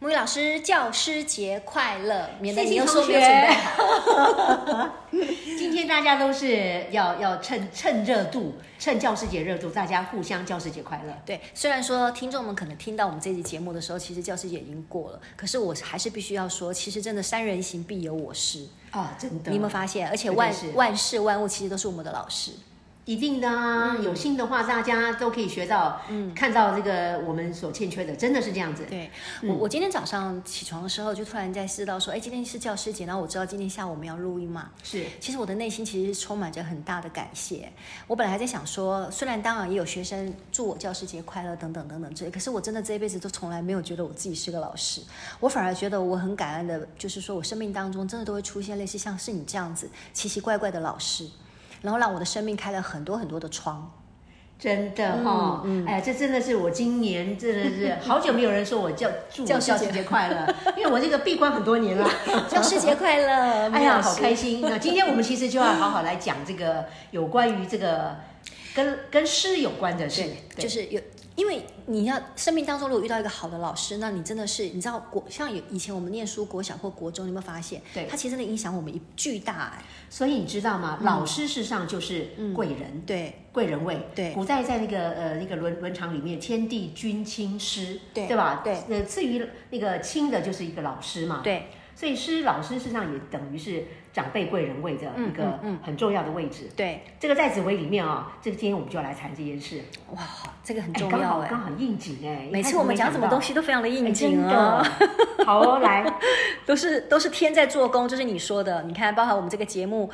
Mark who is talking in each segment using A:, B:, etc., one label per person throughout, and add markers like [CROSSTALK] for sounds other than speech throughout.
A: 母语老师，教师节快乐！免得你又说没有准备好。
B: 今天大家都是要要趁趁热度，趁教师节热度，大家互相教师节快乐。
A: 对，虽然说听众们可能听到我们这期节目的时候，其实教师节已经过了，可是我还是必须要说，其实真的三人行必有我师。
B: 哦，真的，
A: 你有没有发现？而且
B: 绝对
A: 万
B: 是
A: 万事万物其实都是我们的老师。
B: 一定的啊，有心的话，大家都可以学到，看到这个我们所欠缺的，真的是这样子。
A: 对我，
B: 嗯
A: 我今天早上起床的时候，就突然在知道说，哎，今天是教师节，然后我知道今天下午我们要录音嘛。
B: 是
A: 其实我的内心其实是充满着很大的感谢。我本来还在想说，虽然当然也有学生祝我教师节快乐等等等等之类，可是我真的这一辈子都从来没有觉得我自己是个老师，我反而觉得我很感恩的，就是说我生命当中真的都会出现类似像是你这样子奇奇怪怪的老师，然后让我的生命开了很多很多的窗。
B: 真的哈、哦，哎，这真的是我今年真的是好久没有人说我叫祝我
A: 教
B: 教
A: 师节
B: 师节快乐，因为我这个闭关很多 [LAUGHS] 年了。
A: [LAUGHS] 教师节快乐！
B: 哎呀，
A: 穆老师
B: 好开心！那今天我们其实就要好好来讲这个有关于这个跟跟诗有关的事，对
A: 就是有，因为你要生命当中如果遇到一个好的老师，那你真的是你知道国像有以前我们念书国小或国中，你有没有发现？
B: 对
A: 它其实真的影响我们一巨大哎、
B: 所以你知道
A: 嗯
B: 吗？老师事实上就是贵人，
A: 对
B: 贵人位。
A: 嗯对
B: 古代在那个呃那个伦伦常里面，天地君亲师，
A: 对
B: 对吧？
A: 对
B: 呃，赐予那个亲的就是一个老师嘛。，
A: 对
B: 所以师老师事实上也等于是长辈贵人位的
A: 嗯
B: 一个很重要的位置。
A: 对，
B: 这个在紫微里面啊、这个今天我们就要来谈这件事，
A: 哇，这个很
B: 哎
A: 重
B: 刚
A: 要
B: 好
A: 哎、
B: 刚好应景哎。
A: 每次我们讲什么东西都非常的
B: 应
A: 应
B: 景
A: 景
B: 哎
A: 啊， [LAUGHS]
B: 好哦，来，
A: 都是都是天在做工，这是你说的。你看，包含我们这个节目，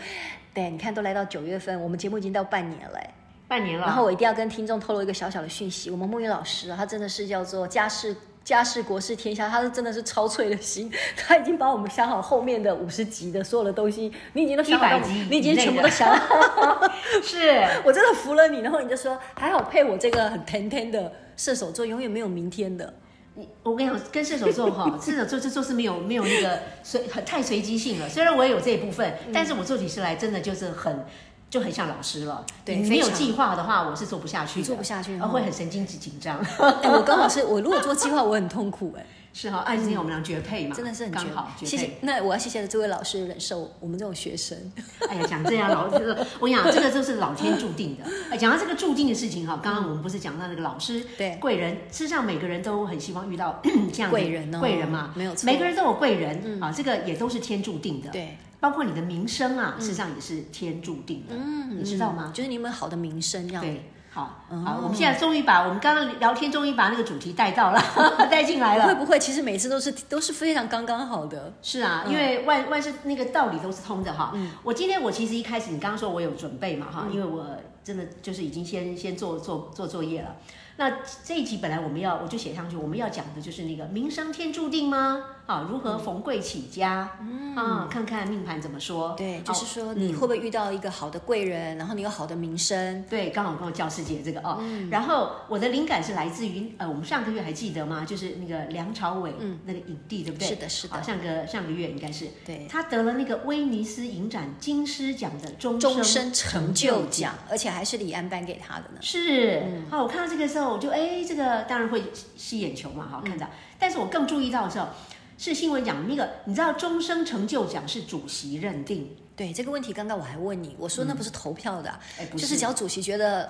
A: 对，你看都来到九月份，我们节目已经到半年了、哎
B: 半年了。
A: 然后我一定要跟听众透露一个小小的讯息，我们木鱼老师、啊、他真的是叫做家事家事国事天下，他是真的是超脆的心，他已经把我们想好后面的五十集的所有的东西，你已经都想好了
B: 100集
A: 你已经
B: 以内的
A: 全部都想好了，
B: 是
A: 我真的服了你，然后你就说还好配我这个很甜甜的射手座，永远没有明天的，
B: 你我跟你讲，跟射手座哈，射手座这做事没有没有那个随很太随机性了。虽然我也有这一部分，
A: 嗯
B: 但是我做起事来真的就是很。就很像老师了，
A: 对
B: 你没有
A: 非常
B: 计划的话，我是做不下去的，
A: 做不下去
B: 呃
A: 哦
B: 会很神经紧紧
A: [LAUGHS]
B: 张。
A: 哎我刚好是我如果做计划我很痛苦哎、
B: 是哈、哦，哎，今天我们俩绝配
A: 嗯
B: 嘛，
A: 真的是很
B: 刚
A: 绝
B: 好绝
A: 谢谢
B: 配。，
A: 那我要谢谢这位老师忍受我们这种学生，
B: [LAUGHS] 哎呀，讲这样老，这个我跟你讲，这个都是老天注定的。哎，讲到这个注定的事情哈，刚刚我们不是讲到那个老师、
A: 对
B: 贵人，事实上每个人都很希望遇到 [CLEARS THROAT] 这样的
A: 贵人哦
B: 贵人嘛，
A: 没有错嗯
B: 每个人都有贵人、啊，这个也都是天注定的。
A: 对，
B: 包括你的名声啊，
A: 嗯
B: 事实上也是天注定的，你知道吗？
A: 就是你有没有好的名声这样子
B: 对。好，
A: 哦
B: 好，我们现在终于把我们刚刚聊天，终于把那个主题带到了， [LAUGHS] 带进来
A: 会
B: 了。
A: 不会其实每次都是都是非常刚刚好的？
B: 是啊，
A: 嗯
B: 因为万万事那个道理都是通的哈。我今天我其实一开始你刚刚说我有准备嘛
A: 嗯
B: 哈，因为我真的就是已经先先做做做作业了。那这一集本来我们要我就写上去，我们要讲的就是那个名声天注定吗？啊，如
A: 嗯
B: 何逢贵起家？啊，看看命盘怎么说。
A: 对，
B: 啊
A: 就是说你会不会遇到一个好的贵人，然后你有好的名声？
B: 对，刚好跟我教师节这个哦。
A: 嗯
B: 然后我的灵感是来自于呃，我们上个月还记得吗？就是那个梁朝伟、那个影帝，对不对？
A: 嗯是的是的
B: 好上个上个月应该是
A: 对，
B: 他得了那个威尼斯影展金狮奖的终
A: 终
B: 身
A: 身成就奖，而且还是李安颁给他的呢。
B: 是，
A: 嗯
B: 好、我看到这个时候，我就哎，这个当然会吸眼球嘛，哈，看到。
A: 嗯
B: 但是我更注意到的时候，是新闻讲那个，你知道终身成就奖是主席认定，
A: 对这个问题，刚刚我还问你，我说那不是投票的啊，
B: 哎，不，
A: 就是是只要主席觉得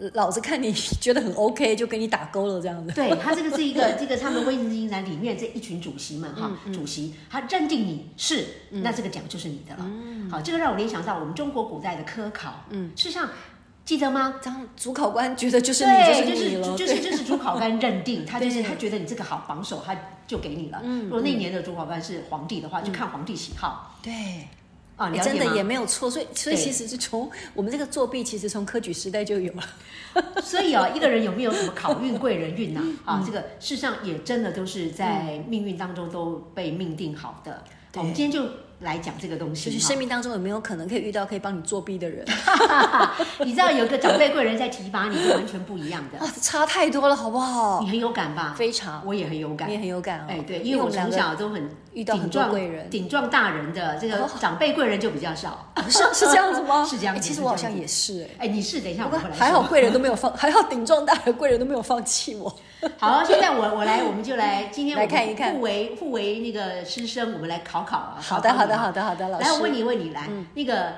A: 呃老子看你觉得很 OK，就给你打勾了这样子。
B: 对他这个是一
A: [LAUGHS]
B: 个这个他们威尼斯影展里面这一群主席们哈，
A: 嗯
B: 主席他认定你是，那这个奖就是你的了。
A: 嗯
B: 好，这个让我联想到我们中国古代的科考，嗯，事实上记得吗？
A: 这样主考官觉得就是你
B: 对，
A: 就是你了，
B: 就是就
A: 对
B: 是就是主考
A: [LAUGHS]
B: 官认定他就
A: 对
B: 是
A: 嗯
B: 他觉得你这个好
A: [LAUGHS]
B: 榜首，他就给你了。如果那年的主考官是皇帝的话，就看皇帝喜好。
A: 对
B: 啊，了
A: 嗯
B: 解
A: 哎真的
B: 吗
A: 也没有错，所以所以
B: 对
A: 其实是从我们这个作弊，其实从科举时代就有了。
B: [LAUGHS] 所以啊，一个人有没有什么考运、贵人运呐、啊？
A: 嗯
B: 这个事实上也真的都是在命运当中都被命定好的。好我们今天就来讲这个东西
A: 就
B: 哈。
A: 是生命当中有没有可能可以遇到可以帮你作弊的人 [LAUGHS]
B: 你知道有一个长辈贵人在提拔你，是完全不一样
A: [LAUGHS]
B: 的。
A: 啊？差太多了，好不好
B: 你？很有感吧？啊
A: 非常，
B: 我也很有感
A: 你也。很有感哦。
B: 哎，对，
A: 因
B: 因为
A: 为
B: 我
A: 们两
B: 从
A: 个
B: 小都很
A: 遇到很
B: 顶
A: 多
B: 撞
A: 贵人，
B: 顶撞大人的这个
A: 哦
B: 长辈贵人就比较少。
A: 是 [LAUGHS] 是这样子吗？
B: [LAUGHS] 是这样
A: 哎
B: 子
A: 其实
B: 是
A: 我好
B: 这样
A: 像
B: 子
A: 也是哎。
B: 哎，你是等一下
A: 不过
B: 我们回来说
A: 还好贵人都没有放， [LAUGHS] 还好顶撞大的贵人都没有放弃
B: [LAUGHS]
A: 我。
B: 好，现在我我来，我们就来，今天我们
A: 来看一看
B: 互为互为那个师生，我们来考考啊。
A: 好的，
B: 考
A: 好
B: 考你
A: 的，
B: 啊
A: 好的，好的，老师。嗯
B: 来，我问你，问你来，那个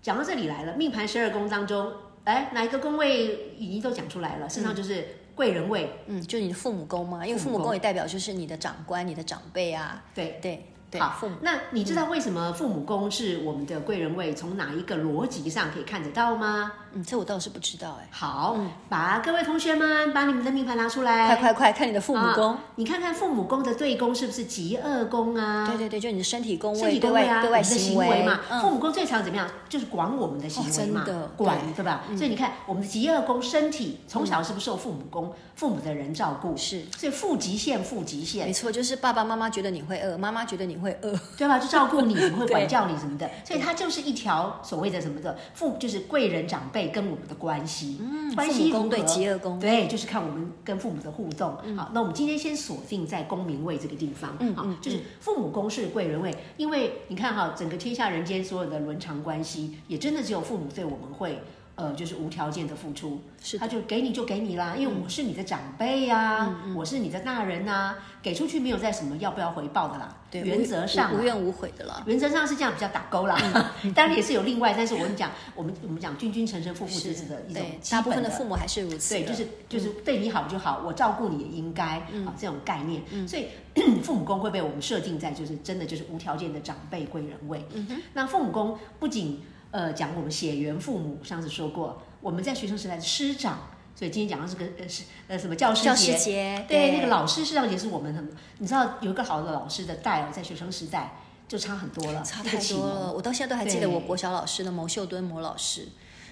B: 讲到这里来了，命盘十二宫当中，哎，哪一个宫位已经都讲出来了？事实上就是贵人位，
A: 嗯，就你的父母宫嘛，因为
B: 父
A: 父母
B: 母
A: 宫
B: 宫
A: 也代表就是你的长官、你的长辈啊，
B: 对。
A: 对对，
B: 好
A: 父母，
B: 那你知道为什么父母宫是我们的贵人位？从哪一个逻辑上可以看得到吗？
A: 嗯，这我倒是不知道哎。
B: 好，把各位同学们把你们的命盘拿出来，
A: 快快快，看你的父母宫
B: 哎啊，你看看父母宫的对宫是不是极恶宫啊？
A: 对对对，就你的身体宫
B: 身
A: 位，
B: 体
A: 对
B: 工位
A: 外
B: 啊，
A: 对外
B: 我们的行
A: 为
B: 嘛，父
A: 嗯，
B: 母宫最常怎么样？就是管我们的行为嘛，
A: 哦真的
B: 管
A: 对
B: 对吧？所以你看，我们的极恶宫身体从小是不是受父母宫父母的人照顾？
A: 是，
B: 所以负极限，负极
A: 没
B: 限，
A: 错，就是爸爸妈妈觉得你会饿，妈妈觉得你会饿，
B: 对吧？就照顾你，会
A: [LAUGHS] 对
B: 管教你什么的，所以它就是一条所谓的什么的父，就是贵人长辈跟我们的关系，关系
A: 嗯父
B: 如
A: 母宫对
B: 何？
A: 极恶宫
B: 对，就是看我们跟父母的互动。好，那我们今天先锁定在公民位这个地方，
A: 嗯
B: 好
A: 嗯，
B: 就是父母宫是贵人位，因为你看哈，整个天下人间所有的伦常关系，也真的只有父母对我们会。呃，就是无条件的付出，
A: 是嗯
B: 他就给你就给你啦，因为我是你的长辈呀、我是你的大人呐、给出去没有在什么要不要回报的啦，
A: 对，
B: 原
A: 无
B: 则上
A: 无
B: 啊
A: 无怨无嗯悔的啦。
B: 原则上是这样比较打勾啦， [LAUGHS] 当然也是有另外，但是我们讲，我们我们讲君君臣臣父父子子的一种
A: 对，
B: 基
A: 大部
B: 本
A: 分
B: 的
A: 的父母还是如此的，嗯
B: 对，就是就是对你好就好，我照顾你也应该啊这种概念，
A: 嗯
B: 所以 [CLEARS THROAT] 父母宫会被我们设定在就是真的就是无条件的长辈贵人位。
A: 嗯
B: 那父母宫不仅呃讲我们血缘父母，上次说过我们在学生时代的师长，所以今天讲到这个呃是呃什么教师
A: 教
B: 节
A: 师节，
B: 对，那个老师实际上也是我们很，你知道有一个好的老师的带哦，在学生时代就差很多了，
A: 差
B: 那
A: 太
B: 个启
A: 多
B: 蒙
A: 了，。我到现在都还记得
B: 对
A: 我国小老师的牟秀敦牟老师。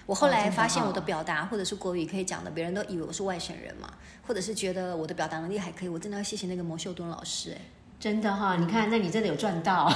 A: 我后
B: 哦真
A: 来
B: 的
A: 发现
B: 哦
A: 我的表达或者是国语可以讲的，别人都以为我是外省人嘛，或者是觉得我的表达能力还可以，我真的要谢谢那个牟秀敦老师哎。
B: 真的哈、你看，那你真的有赚 [LAUGHS] 到，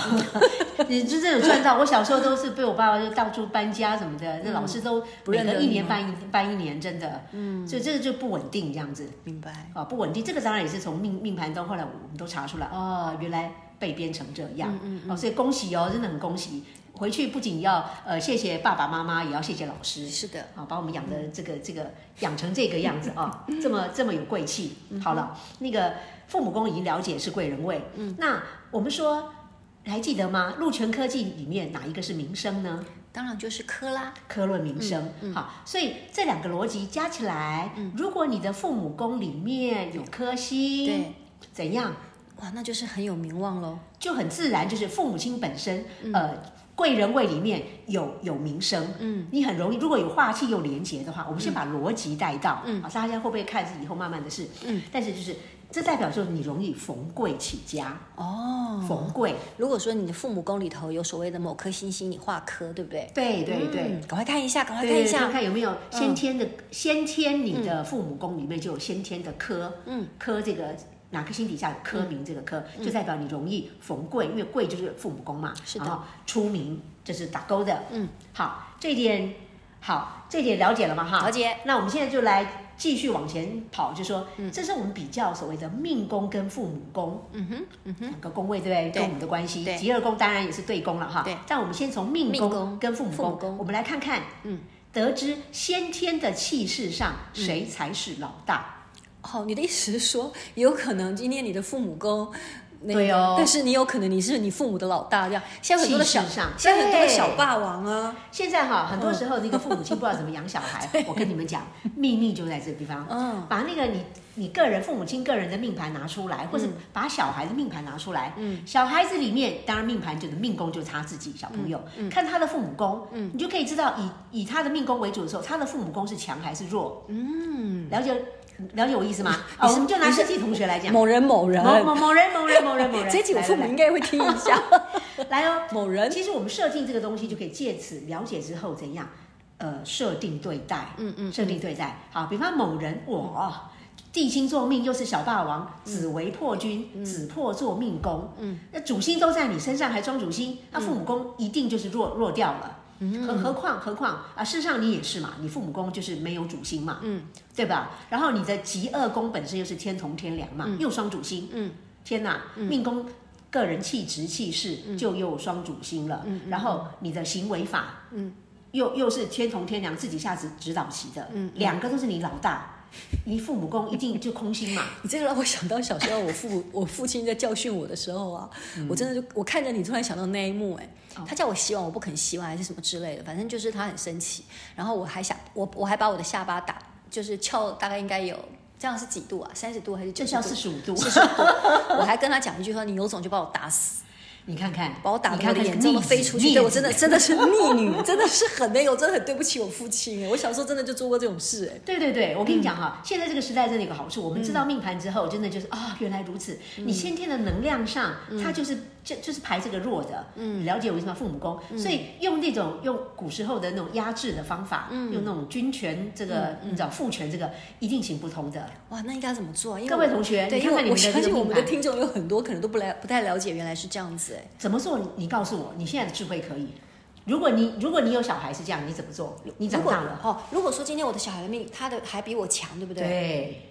B: 你真的有赚到。我小时候都是被我爸爸就到处搬家什么的，那老师都
A: 不
B: 每
A: 认
B: 隔
A: 得
B: 一
A: 你
B: 年
A: 吗
B: 搬一搬一年，真的，嗯，所以这个就不稳定这样子
A: 明白，
B: 啊，不稳定。这个当然也是从命命盘中后来我们都查出来，哦，原来被编成这样，嗯哦，所以恭喜哦，真的很恭喜。回去不仅要呃谢谢爸爸妈妈，也要谢谢老师，
A: 是的，
B: 啊，把我们养的这个这个养成这个样子啊，这么这么有贵气。
A: 嗯
B: 好了，那个父母宫已经了解是贵人位，嗯，那我们说还记得吗？陆泉科技里面哪一个是民生呢？
A: 当然就是科啦，
B: 科论
A: 嗯
B: 民生，好，所以这两个逻辑加起来，如果你的父母宫里面有科
A: 嗯
B: 星，
A: 对，
B: 怎样
A: 哇，那就是很有名望喽。
B: 就很自然，就是父母亲本身，呃，贵人位里面有有名声，嗯，你很容易，如果有化气又廉洁的话，我们先把逻辑带到，嗯，啊，大家会不会看是以后慢慢的事，嗯，但是就是这代表说你容易逢贵起家，
A: 哦，
B: 逢贵，
A: 如果说你的父母宫里头有所谓的某颗星星，你画科，对不对？
B: 对对对。
A: 嗯，赶快看一下，赶快看
B: 对，
A: 一
B: 看
A: 下。嗯
B: 看有没有先天的，先天你的父母宫里面就有先天的科，嗯，科这个哪颗星底下有科名这个科，就代表你容易逢贵，因为贵就是父母宫嘛，
A: 嗯是的
B: 然后出名这是打勾的，嗯，好，这一点好，这一点了解了吗？哈，
A: 了解。
B: 那我们现在就来继续往前跑，就说，这是我们比较所谓的命宫跟父母宫，嗯
A: 哼，
B: 嗯哼，两个宫位对不
A: 对
B: 对？跟我们的关系，
A: 对
B: 极二宫当然也是对宫了哈，
A: 对。
B: 但我们先从命
A: 命
B: 宫
A: 宫
B: 跟父母
A: 父母
B: 宫
A: 宫，
B: 我们来看看，得知先天的气势上谁才是老大。
A: 哦，你的意思是说，有可能今天你的父母宫。那
B: 对哦
A: 但是你有可能你是你父母的老大，这样现在很多的小
B: 气势上，
A: 现在很多的
B: 对
A: 小霸王啊，
B: 现在哈，很多时候那个父母亲不知道怎么养小孩，我跟你们讲，秘密就在这地方。
A: 嗯，
B: 把那个你你个人父母亲个人的命盘拿出来，
A: 嗯
B: 或是把小孩的命盘拿出来。嗯，小孩子里面当然命盘就是命宫就是他自己小朋友，
A: 嗯
B: 看他的父母宫，嗯，你就可以知道以以他的命宫为主的时候，他的父母宫是强还是弱。嗯，了解了解我意思吗？啊，我们就拿世纪同学来讲，
A: 某人某人，
B: 某某某人某人某人某
A: [LAUGHS]
B: 人，
A: 这集我父母应该会听一
B: [LAUGHS]
A: 下。
B: 来哦，
A: 某人
B: 其实我们设定这个东西，就可以借此了解之后怎样，呃，设定对待，嗯嗯，设定对待。好，比方某人我。哦地星座命又是小霸王，子为破军，子破做命宫。嗯，那主星都在你身上，还装主星，那父母宫一定就是弱弱掉了。何何况何况啊，事实上你也是嘛，你父母宫就是没有主星嘛，嗯，对吧？然后你的极恶宫本身又是天同天梁嘛，又双主星，嗯，嗯天哪，命宫个人气质气势就又双主星了，然后你的行为法，嗯，又又是天同天梁自己下指指导棋的，嗯，两个都是你老大。你父母宫一定就
A: [LAUGHS]
B: 空心嘛？
A: 你这个让我想到小时候我父母我父亲在教训我的时候啊，
B: 嗯
A: 我真的就我看着你突然想到那一幕哎、
B: 哦
A: 他叫我洗碗我不肯洗碗还是什么之类的，反正就是他很生气，然后我还想我我还把我的下巴打就是翘大概应该有这样是几度啊？三十度还是
B: 这
A: 九
B: 是要
A: 十
B: 四
A: 度？
B: 十五度，
A: 我还跟他讲一句说你有种就把我打死。
B: [LAUGHS] 你看看，
A: 把我打
B: 你
A: 的我
B: 看
A: 的
B: 看
A: 眼睛都
B: 逆
A: 飞
B: 子
A: 出
B: 逆
A: 去。对我
B: 子
A: 真的真的是逆女，真的是很那个，我真的很对不起我父亲。我小时候真的就做过这种事，哎，
B: 对对对，我跟你讲哈，现在这个时代真的有个好处，我们
A: 嗯
B: 知道命盘之后，真的就是啊、原来如此。你先天的能量上，
A: 嗯
B: 它就是就就是排这个弱的。嗯，了解我为什么父母宫，
A: 嗯
B: 所以用那种用古时候的那种压制的方法，
A: 嗯
B: 用那种军权这个，你知道父权这个一定行不通的。
A: 哇，那应该怎么做啊？因为
B: 各位
A: 我
B: 同学，
A: 对，
B: 你
A: 因
B: 看看
A: 为
B: 你
A: 我
B: 们的
A: 相
B: 这
A: 信
B: 个
A: 我
B: 命
A: 们的
B: 盘
A: 听众有很多可能都不了不太了解，原来是这样子，哎，
B: 怎么做，你告诉我，你现在的智慧可以。如果你如果你有小孩是这样，你怎么做？你
A: 如
B: 长
A: 果
B: 大了，
A: 哦，如果说今天我的小孩的命，他的还比我强，对不对？
B: 对。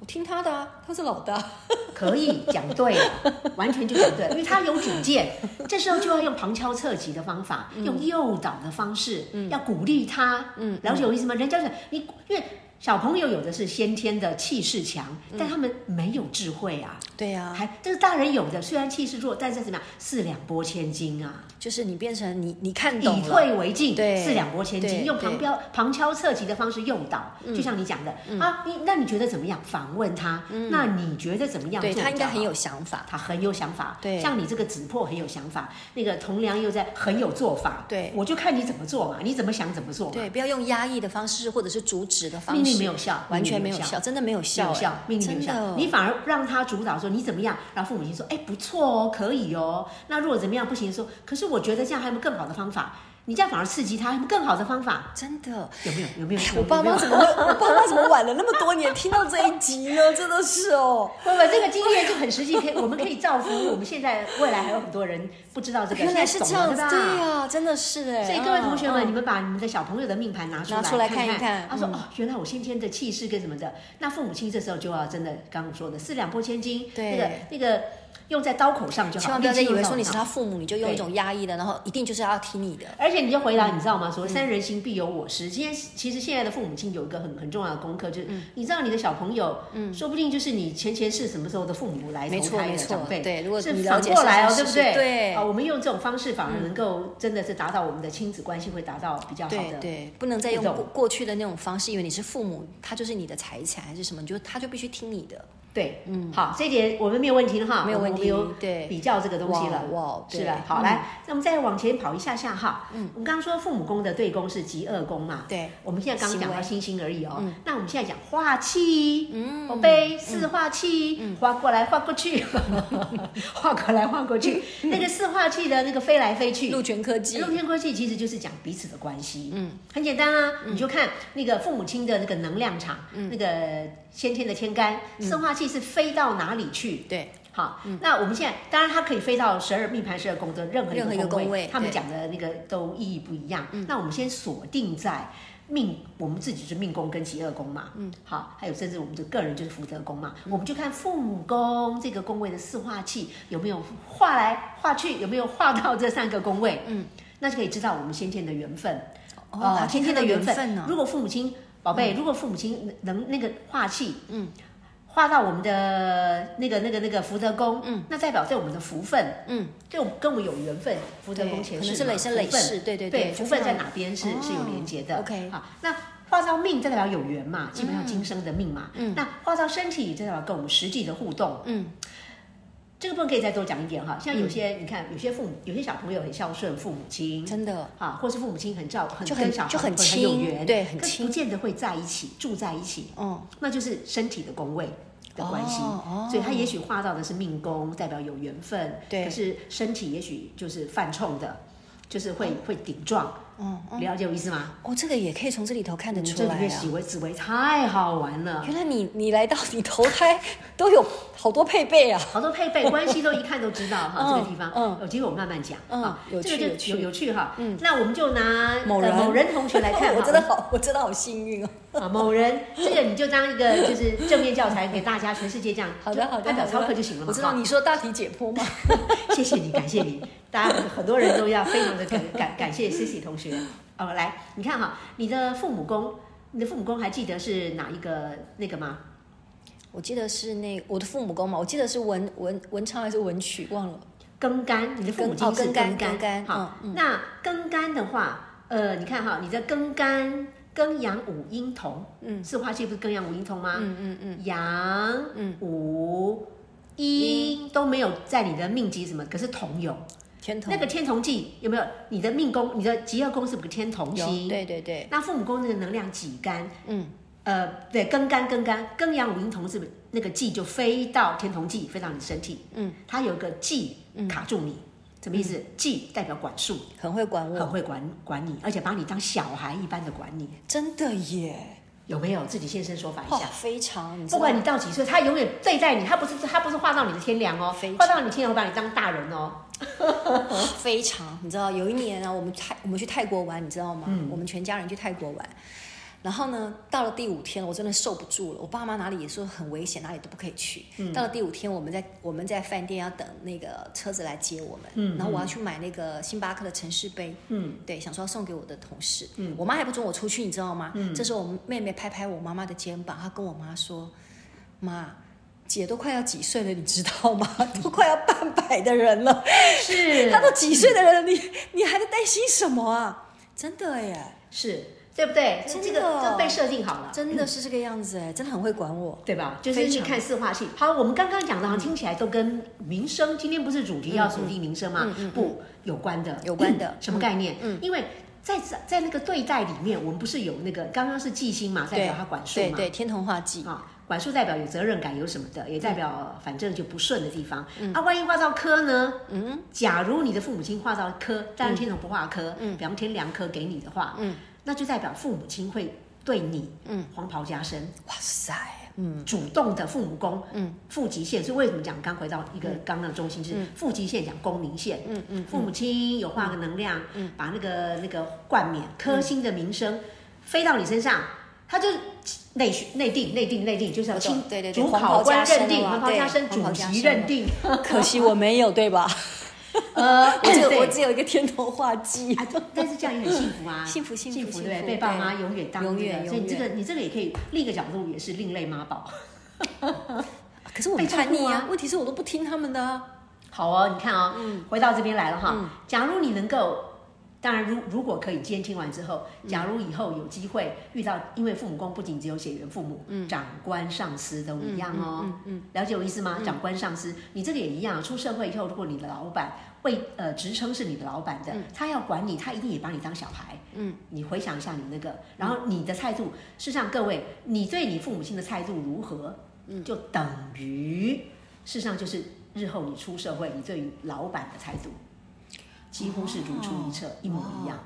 A: 我听他的啊，他是老大。
B: [LAUGHS] 可以讲对了， [LAUGHS] 完全就讲对了，因为他有主见。这时候就要用旁敲侧击的方法，用诱导的方式，要鼓励他。嗯，了解我意思吗？人家是你，因为小朋友有的是先天的气势强，但他们没有智慧嗯啊。
A: 对呀、
B: 还，但是大人有的虽然气势弱，但是怎么样，四两拨千斤啊，
A: 就是你变成你，你看懂
B: 以
A: 了，
B: 退为进，
A: 对
B: 四两拨千斤，
A: 对嗯
B: 用旁标旁敲侧击的方式诱导，就像你讲的啊，你那你觉得怎么样？反问他，那你觉得怎么样做
A: 嗯对
B: 比较
A: 他
B: 好？
A: 应该很有想法。
B: 他很有想法，
A: 对
B: 像你这个子破很有想法，那个同梁又在很有做法，
A: 对
B: 我就看你怎么做嘛，你怎么想怎么做嘛，啊
A: 对，不要用压抑的方式或者是阻止的方式，
B: 命令没有效
A: 完全没有
B: 命令没有效
A: 效，真的没有
B: 没
A: 效，
B: 有
A: 哎
B: 效，命令没有
A: 真
B: 效，
A: 的
B: 你反而让他主导说你怎么样，然后父母亲说，哎，不错哦，可以哦，那如果怎么样不行，说，可是我觉得这样还有没有更好的方法？你这样反而刺激他，还有没有更好的方法？
A: 真的，
B: 有没有？有没有？
A: 我爸妈怎么会？我爸妈怎么晚了那么多年听到这一集呢？真的是哦，
B: 不不，这个经验就很实际，可以我们可以造福我们现在未来还有很多人不知道这个，
A: 原来是这样
B: 现
A: 子，
B: 在懂了
A: 对
B: 吧
A: 啊，真的是哎。
B: 所以各位同学们，
A: 嗯
B: 你们把你们的小朋友的命盘拿出来
A: 拿出来
B: 看
A: 看一看
B: 他说、
A: 嗯
B: 哦，原来我先天的气势跟什么的，那父母亲这时候就要真的刚刚我说的四两拨千斤，
A: 对
B: 那个那个用在刀口上就好，
A: 千万不要再以为说你是
B: 利器用
A: 他
B: 到脑。
A: 父母，你就用一种压抑的，然后一定就是要听你的。
B: 而且你就回答，你知道
A: 嗯
B: 吗？说三人行必有我师。今天其实现在的父母亲有一个很很重要的功课，就是
A: 嗯
B: 你知道你的小朋友，说不定就是你前前世什么时候的父母来
A: 没
B: 投
A: 错
B: 胎的
A: 没错
B: 长辈，
A: 对如果
B: 是
A: 你了
B: 反
A: 解
B: 过
A: 是
B: 来哦，
A: 是
B: 对不
A: 是
B: 对？
A: 对嗯
B: 啊，我们用这种方式反而能够真的是达到我们的亲子关系会达到比较好
A: 对
B: 的
A: 对，不能再用
B: 互动
A: 过过去的那种方式，以为你是父母，他就是你的财产还是什么，你就他就必须听你的。
B: 对，嗯，好，这一点我们没有问题了哈，
A: 没有问题
B: 我们有
A: 对
B: 比较这个东西了，
A: 哇哇对
B: 是的，好，
A: 嗯
B: 来，那我们再往前跑一下下哈，嗯，我们刚刚说父母宫的对宫是极恶宫嘛，
A: 对，
B: 我们现在刚刚讲到
A: 行为
B: 星星而已哦，那我们现在讲化气，嗯，宝贝，四化气，画过来画过 [LAUGHS] 去，画过来画过去，那个四化气的那个飞来飞去，
A: 陆权科技
B: 露天关系其实就是讲彼此的关系，嗯，嗯很简单啊，你就看那个父母亲的那个能量场，那个先天的天干，生化气是飞到哪里去？
A: 对，
B: 好，那我们现在当然它可以飞到十二命盘十二宫的任何
A: 任何
B: 一
A: 一个
B: 个宫
A: 宫
B: 位嗯
A: 位，
B: 他们
A: 对
B: 讲的那个都意义不一样。那我们先锁定在命，我们自己是命宫跟极恶宫嘛，嗯，好，还有甚至我们的个人就是福德宫嘛，我们就看父母宫这个宫位的四化气有没有化来化去，有没有化到这三个宫位，嗯，那就可以知道我们先天的缘分，
A: 哦，还
B: 先啊天
A: 看到
B: 的缘分
A: 分呢嗯
B: 如。果父母亲，宝贝，如果父母亲能能那个化气，嗯，化到我们的那个那个那个福德宫，嗯，那代表对我们的福分，
A: 嗯，
B: 对我们跟我们有缘分，福德
A: 对
B: 宫前
A: 可
B: 世
A: 能是
B: 嘛
A: 累生累
B: 福分
A: 世对对
B: 对，
A: 对
B: 福
A: 就
B: 分
A: 非
B: 在
A: 常
B: 哪边是、
A: 哦
B: 是有连接的。
A: OK
B: 好，那。画到命，这代表有缘嘛，基
A: 嗯
B: 本上今生的命嘛。嗯，那画到身体，这代表跟我们实际的互动。
A: 嗯，
B: 这个部分可以再多讲一点哈。像有些、你看，有些父母有些小朋友很孝顺父母亲，
A: 真的
B: 啊，或是父母亲很照，很
A: 就很
B: 跟小孩
A: 就很
B: 很有
A: 亲
B: 缘，
A: 对很
B: 可是
A: 亲
B: 不见得会在一起住在一起，
A: 嗯，
B: 那就是身体的宫位的关系，
A: 哦哦
B: 所以他也许画到的是命宫，代表有缘分，
A: 对
B: 可是身体也许就是犯冲的，就是会、
A: 哦
B: 会顶撞，
A: 嗯
B: 了解我意思吗？
A: 哦，这个也可以从这里头看得
B: 你
A: 出
B: 嗯这里
A: 来
B: 面
A: 啊
B: 紫。薇紫薇太好玩了。
A: 原来你 [LAUGHS] 你来到你投胎都有好多配备啊！
B: 好多配备关系都一看都知道
A: [LAUGHS]
B: 哈，
A: 嗯
B: 这个地方，
A: 嗯
B: 有机会我慢慢讲，
A: 嗯
B: 啊
A: 有趣
B: 这个
A: 有
B: 就
A: 趣
B: 有有趣哈，嗯，那我们就拿
A: 某
B: 呃
A: 人
B: 某人同学来看
A: [LAUGHS] 我
B: 哈
A: 真的好，我真的好幸运哦。
B: 啊，某人这个你就当一个就是正面教材给大家，全世界这样，
A: 好的好的，
B: 按表
A: 好的
B: 操课就行了嘛，
A: 我知道
B: 哈
A: 你说大体解
B: [LAUGHS]
A: 剖吗？
B: 谢谢你，感谢你，大家很多人都要非常的感感感谢 Cici 同学。哦，来，你看哈，你的父母宫，你的父母宫还记得是哪一个那个吗？
A: 我记得是那我的父母宫嘛，我记得是文文文昌还是文曲忘了。
B: 庚干，你的父母
A: 庚
B: 亲
A: 哦
B: 是
A: 庚干
B: 庚
A: 庚干
B: 好，
A: 嗯嗯
B: 那庚干的话，呃，你看哈，你的庚干庚阳五阴同，
A: 嗯
B: 四化气不是庚阳五阴同吗？
A: 嗯嗯嗯，
B: 阳
A: 嗯
B: 五阴都没有在你的命级什么，可是同有。
A: 天同
B: 那个天同忌有没有？你的命宫，你的吉厄宫是不是天同
A: 有
B: 星？
A: 对对对，
B: 那父母宫那个能量己干，
A: 嗯
B: 呃，对，庚干庚干，庚阳五阴同是不是那个忌就飞到天同忌，飞到你身体，
A: 嗯，
B: 它有个忌卡住你，什么意思？忌代表管束，
A: 很会管
B: 很
A: 我，
B: 会管管你，而且把你当小孩一般的管你，
A: 真的耶，
B: 有没有？自己现身说法一
A: 哇
B: 下。，
A: 非常，你知
B: 不
A: 道
B: 管你到几岁，他永远对待你，他不是他不是画到你的天良哦
A: 非，常
B: 画到你天良会把你当大人哦。
A: 非常，你知道，有一年啊，我们泰我们去泰国玩，你知道吗？
B: 嗯
A: 我们全家人去泰国玩，然后呢，到了第五天，我真的受不住了。我爸妈哪里也说很危险，哪里都不可以去。
B: 嗯
A: 到了第五天，我们在我们在饭店要等那个车子来接我们，
B: 嗯
A: 然后我要去买那个星巴克的城市杯，
B: 嗯，
A: 对，想说要送给我的同事。
B: 嗯
A: 我妈还不准我出去，你知道吗？这时候我妹妹拍拍我妈妈的肩膀，她跟我妈说：“妈。”姐都快要几岁了，你知道吗？ [LAUGHS] 都快要半百的人了，[LAUGHS]
B: 是
A: 他都几岁的人了，你你还在担心什么啊？真的耶，
B: 是，对不对？这
A: 真的
B: 这个这个被设定好了。
A: 真的是这个样子哎，真的很会管我。
B: 对吧？就是
A: 非
B: 去
A: 常嗯
B: 看四化系。好，我们刚刚讲的，好像听起来都跟民生，今天不是主题要锁定民生吗？不，有关的，
A: 嗯有关的
B: [LAUGHS]
A: 嗯
B: 什么概念？因为在在那个对待里面，我们不是有那个刚刚是忌星嘛，代
A: 对
B: 表他管束
A: 对
B: 嘛，
A: 对，天同化忌，
B: 啊，管束代表有责任感，有什么的，也代表反正就不顺的地方。啊，万一画到科呢？嗯，假如你的父母亲画到科，当然天同不画科，嗯，比方天良科给你的话，嗯，那就代表父母亲会对你，嗯，黄袍加身。
A: 哇塞，嗯，
B: 主动的父母宫，嗯，父极限，所以为什么讲刚回到一个
A: 嗯
B: 刚刚的中心是父极限讲公民线，嗯嗯，父母亲有化个能量，嗯，把那个那个冠冕
A: 嗯
B: 科星的名声飞到你身上，他就内训内定内定内定，就是要
A: 我懂
B: 亲，
A: 对对对
B: 主
A: 黄
B: 考
A: 袍加
B: 官认
A: 身
B: 定，
A: 了
B: 黄袍
A: 对
B: 加身，
A: 黄袍
B: 主
A: 加
B: 席
A: 身 [LAUGHS]
B: 认定，
A: 可惜我没有，对 [LAUGHS] 吧？
B: 呃，
A: 我只有
B: 对
A: 我只有一个天同化忌
B: 啊，，对但是这样也很幸福
A: [LAUGHS]
B: 啊，
A: 幸福幸福
B: 幸福，
A: 幸
B: 对，
A: 福
B: 被爸
A: 对
B: 妈永远当
A: 永
B: 这个
A: 远
B: 所以你这
A: 永
B: 个
A: 远
B: 你这个也可以另一个角度也是另类妈宝。
A: 可是我
B: 被
A: 很
B: 照
A: 叛逆
B: 顾
A: 啊
B: 啊。
A: 问题是我都不听他们的啊。
B: 好哦，你看哦，回到这边来了哈。假如你能够，当然如如果可以，今天听完之后，假如以后有机会遇到，因为父母宫不仅只有血缘父母，长官上司都
A: 嗯
B: 一样哦。了解我意思吗？长官上司，你这个也一样。出社会以后，如果你的老板为呃职称是你的老板的，他要管你，他一定也把你当小孩。嗯，你回想一下你那个，然后你的态度，事实上各位，你对你父母亲的态度如何，就等于事实上就是日后你出社会，你对于老板的态度几乎是如出一辙，一模一样。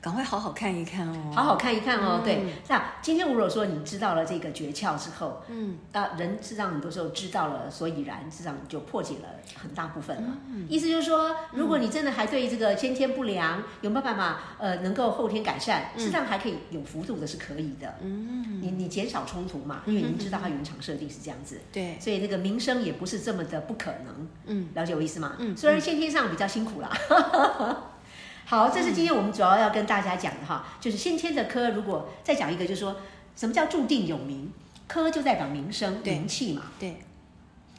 A: 赶快好好看一看哦。
B: 好好看一看哦。对，那今天如果说你知道了这个诀窍之后，嗯，啊，人事实上很多时候知道了所以然，事实上你就破解了很大部分了。意思就是说，如果你真的还对这个先天不良有没有办法呃能够后天改善，事实上还可以有幅度的是可以的。嗯，你你减少冲突嘛，因为你已经知道它原厂设定是这样子。
A: 对，
B: 所以那个民生也不是这么的不可能。
A: 嗯，
B: 了解我意思吗？嗯，虽然先天上比较辛苦啦。 [LAUGHS] 好，这是今天我们主要要跟大家讲的哈，就是先天的科，如果再讲一个，就是说什么叫注定有名，科就代表名声、
A: 对
B: 名气嘛，
A: 对，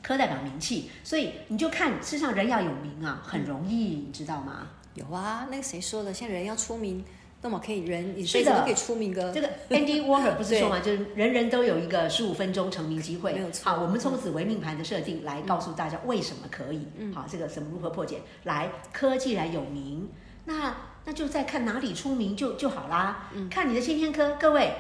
B: 科代表名气，所以你就看，事实上人要有名啊，很容易，你知道吗？
A: 有啊，那个谁说的，现在人要出名那么可以人一
B: 是
A: 辈子
B: 的
A: 都可以出名个
B: 这个 Andy Warhol 不是说嘛，就是人人都有一个十五分钟成名机会，
A: 没有错
B: 好，我们从此为命盘的设定来告诉大家为什么可以，
A: 嗯
B: 好，这个什么如何破解？来，科既然有名，那那就再看哪里出名就就好啦。
A: 嗯
B: 看你的先天科，各位。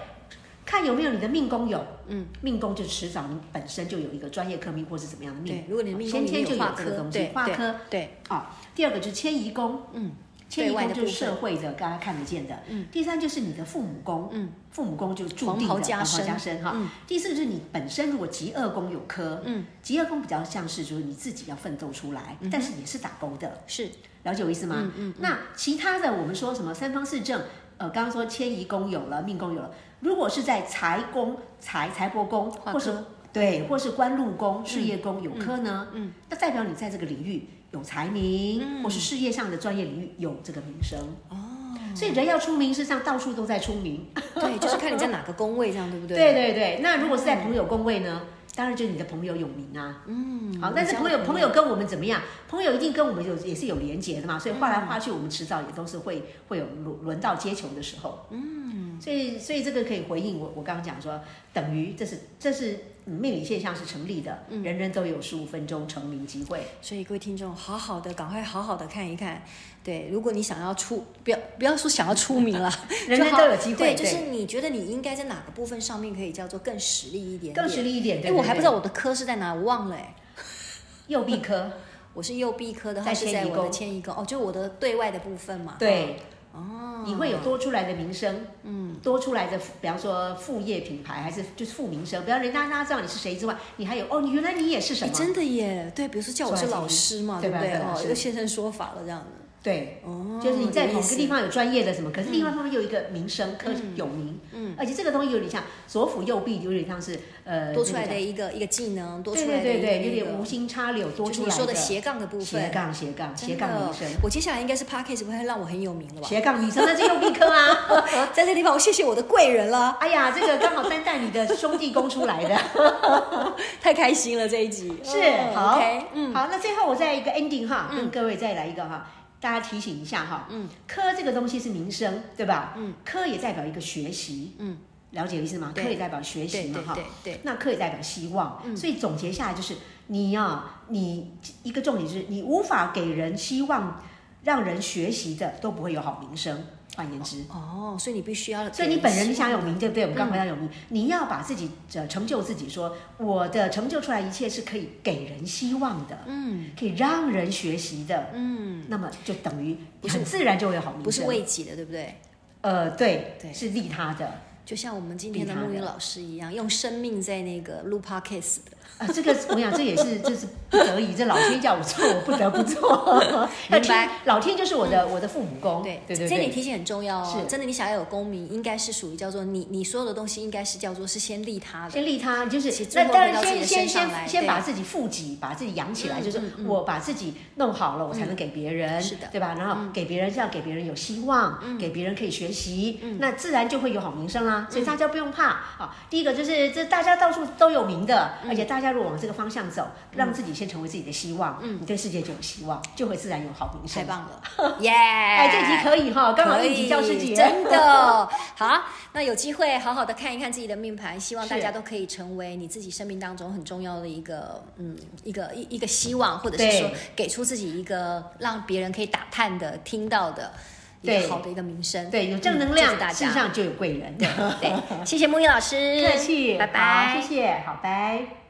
B: 看有没有你的命宫有，嗯，命宫就迟早你本身就有一个专业科命或是怎么样的命
A: 对，，如果你的命宫
B: 先
A: 里面
B: 天就
A: 有
B: 有
A: 化
B: 这个
A: 科，
B: 东
A: 对
B: 西，化科
A: 对对，
B: 啊、第二个就是迁移宫，嗯，迁移宫就是社会的，大家看得见的。嗯，第三就是你的父母宫，嗯，父母宫就注定的
A: 黄袍加身
B: 黄袍加身哈。第四就是你本身如果极恶宫有科，嗯，极恶宫比较像是就是你自己要奋斗出来，但是也是打勾的，
A: 是
B: 了解我意思吗？嗯那其他的我们说什么三方四正，呃，刚刚说迁移宫有了，命宫有了，如果是在财宫、财财帛宫，
A: 化
B: 或是
A: 科
B: 对，或是官禄宫、事业宫有科呢，嗯，那代表你在这个领域有才名，或是事业上的专业领域有这个名声。哦，所以人要出名，事实上到处都在出名。 [LAUGHS]
A: 对，就是看你在哪个宫位，这样对不对？
B: 对对对，那如果是在朋友宫位呢？当然就是你的朋友有名啊，嗯，好，但是朋友朋友跟我们怎么样？朋友一定跟我们有也是有连结的嘛，所以画来画去，我们迟早也都是会会有轮轮到接球的时候，嗯，所以所以这个可以回应我我刚刚讲说，等于这是这是命理现象是成立的，
A: 嗯
B: 人人都有十五分钟成名机
A: [LAUGHS]
B: 会，
A: 所以各位听众，好好的，赶快好好的看一看。对，如果你想要出，不要不要说想要出名了，
B: [LAUGHS] 人人
A: 就好
B: 都有机会
A: 对，就
B: 对
A: 是你觉得你应该在哪个部分上面可以叫做更实力一点点
B: 更实力一点，
A: 哎，
B: 对
A: 我还不知
B: 对
A: 道我的科是在哪，我忘了哎。
B: 右臂科，
A: 我是右臂科的，
B: 在
A: 还是
B: 迁
A: 在
B: 移
A: 我的
B: 宫
A: 迁移宫？哦，就是我的对外的部分嘛。
B: 对，
A: 哦，
B: 你会有多出来的名声，嗯，多出来的，比方说副业品牌，还是就是副名声，不要人家大家知道你是谁之外，你还有哦，你原来你也是什
A: 哎
B: 么？
A: 真的耶，对，比如说叫我是老师嘛，
B: 对
A: 不
B: 吧
A: 对？
B: 对吧
A: 哦，
B: 是
A: 又现身说法了这样子。
B: 对，
A: 哦，
B: 就是你在
A: 有意
B: 某
A: 思
B: 个地方有专业的什么，可是另外一方面又有一个名声，科有名，嗯，而且这个东西有点像左辅右弼，有点像是呃
A: 多出来
B: 那
A: 的
B: 个
A: 一个一个技能，多
B: 对
A: 出来
B: 对
A: 的
B: 对
A: 一个
B: 对，有
A: 那
B: 点
A: 个
B: 无心插柳多
A: 就是
B: 出
A: 你
B: 来
A: 说的斜杠的部
B: 斜
A: 分。
B: 杠斜杠斜
A: 真
B: 杠
A: 的
B: 名声，，
A: 我接下来应该是 p a c k a g e 会让我很有名了吧？
B: 斜杠名声，那就右臂科啊。 [LAUGHS]
A: 在这地方，我谢谢我的贵人了，
B: 哎呀，这个刚好担待你的兄弟宫出来的。
A: 太开心了这一集。
B: 是
A: 哦
B: 好
A: OK，嗯，
B: 好，那最后我再一个 ending 哈，跟各位再来一个哈，大家提醒一下哈，嗯，科这个东西是民生，对吧？嗯，科也代表一个学习，嗯，了解意思吗？科
A: 对
B: 也代表学习
A: 对
B: 嘛
A: 对
B: 哈
A: 对，对，
B: 那科也代表希望，所以总结下来就是你呀、你一个重点就是你无法给人希望，让人学习的都不会有好名声。换言之，
A: 哦，所以你必须要，
B: 所以你本人你想有名，对不对？我们刚回到有
A: 嗯
B: 名，你要把自己呃成就自己说我的成就出来一切是可以给人希望的，嗯，可以让人学习的，嗯，那么就等于
A: 不是
B: 很自然就会有好名声。
A: 不是为己的，对不对？
B: 呃，对，
A: 对
B: 是利他的。
A: 就像我们今天的
B: 利他的
A: 木云老师一样，用生命在那个录 podcast 的，
B: 啊，这个我想这也是这是不得已，这老天叫我做，我不得不做。 [LAUGHS]
A: [LAUGHS]
B: 那
A: 明白
B: 天老天就是我的、我的父母宫，
A: 对
B: 哦对对
A: 这
B: 对
A: 点提醒很重要哦。
B: 是
A: 真的，你想要有功名，应该是属于叫做你你所有的东西，应该是叫做是先利他的。
B: 先利他，就是
A: 其实最
B: 那
A: 后
B: 当然
A: 回到自己
B: 先
A: 的
B: 先
A: 身上来
B: 先先
A: 对嗯
B: 把自己富己，把自己养起来，就是我把自己弄好了，我才能给别人，
A: 是的嗯
B: 对吧？然后给别人是要给别人有希望，给别人可以学习，
A: 嗯
B: 那自然就会有好名声啦。所以大家不用怕啊。第一个就是这大家到处都有名的，
A: 嗯
B: 而且大家如果往这个方向走，让自己先成为自己的希望，你对世界就有希望，就会自然有好名声
A: 嗯太。棒了，耶！
B: [LAUGHS] 哎，
A: 哎
B: 这集可以哈，刚好
A: 可以
B: 一集教师节，
A: 真
B: [LAUGHS]
A: 的好。那有机会好好的看一看自己的命盘，希望大
B: 是
A: 家都可以成为你自己生命当中很重要的一个嗯一个一一个希望，或者是
B: 对
A: 说给出自己一个让别人可以打探的、听到的一个
B: 对
A: 好的一个名声。
B: 对，有正
A: 嗯
B: 能
A: 祝
B: 量
A: 福，大
B: 世
A: 家。
B: [LAUGHS] 上就有贵人。 [LAUGHS]
A: 对，谢谢木易老师，
B: 客气，
A: 拜
B: 好
A: 拜，
B: 谢谢，好，拜。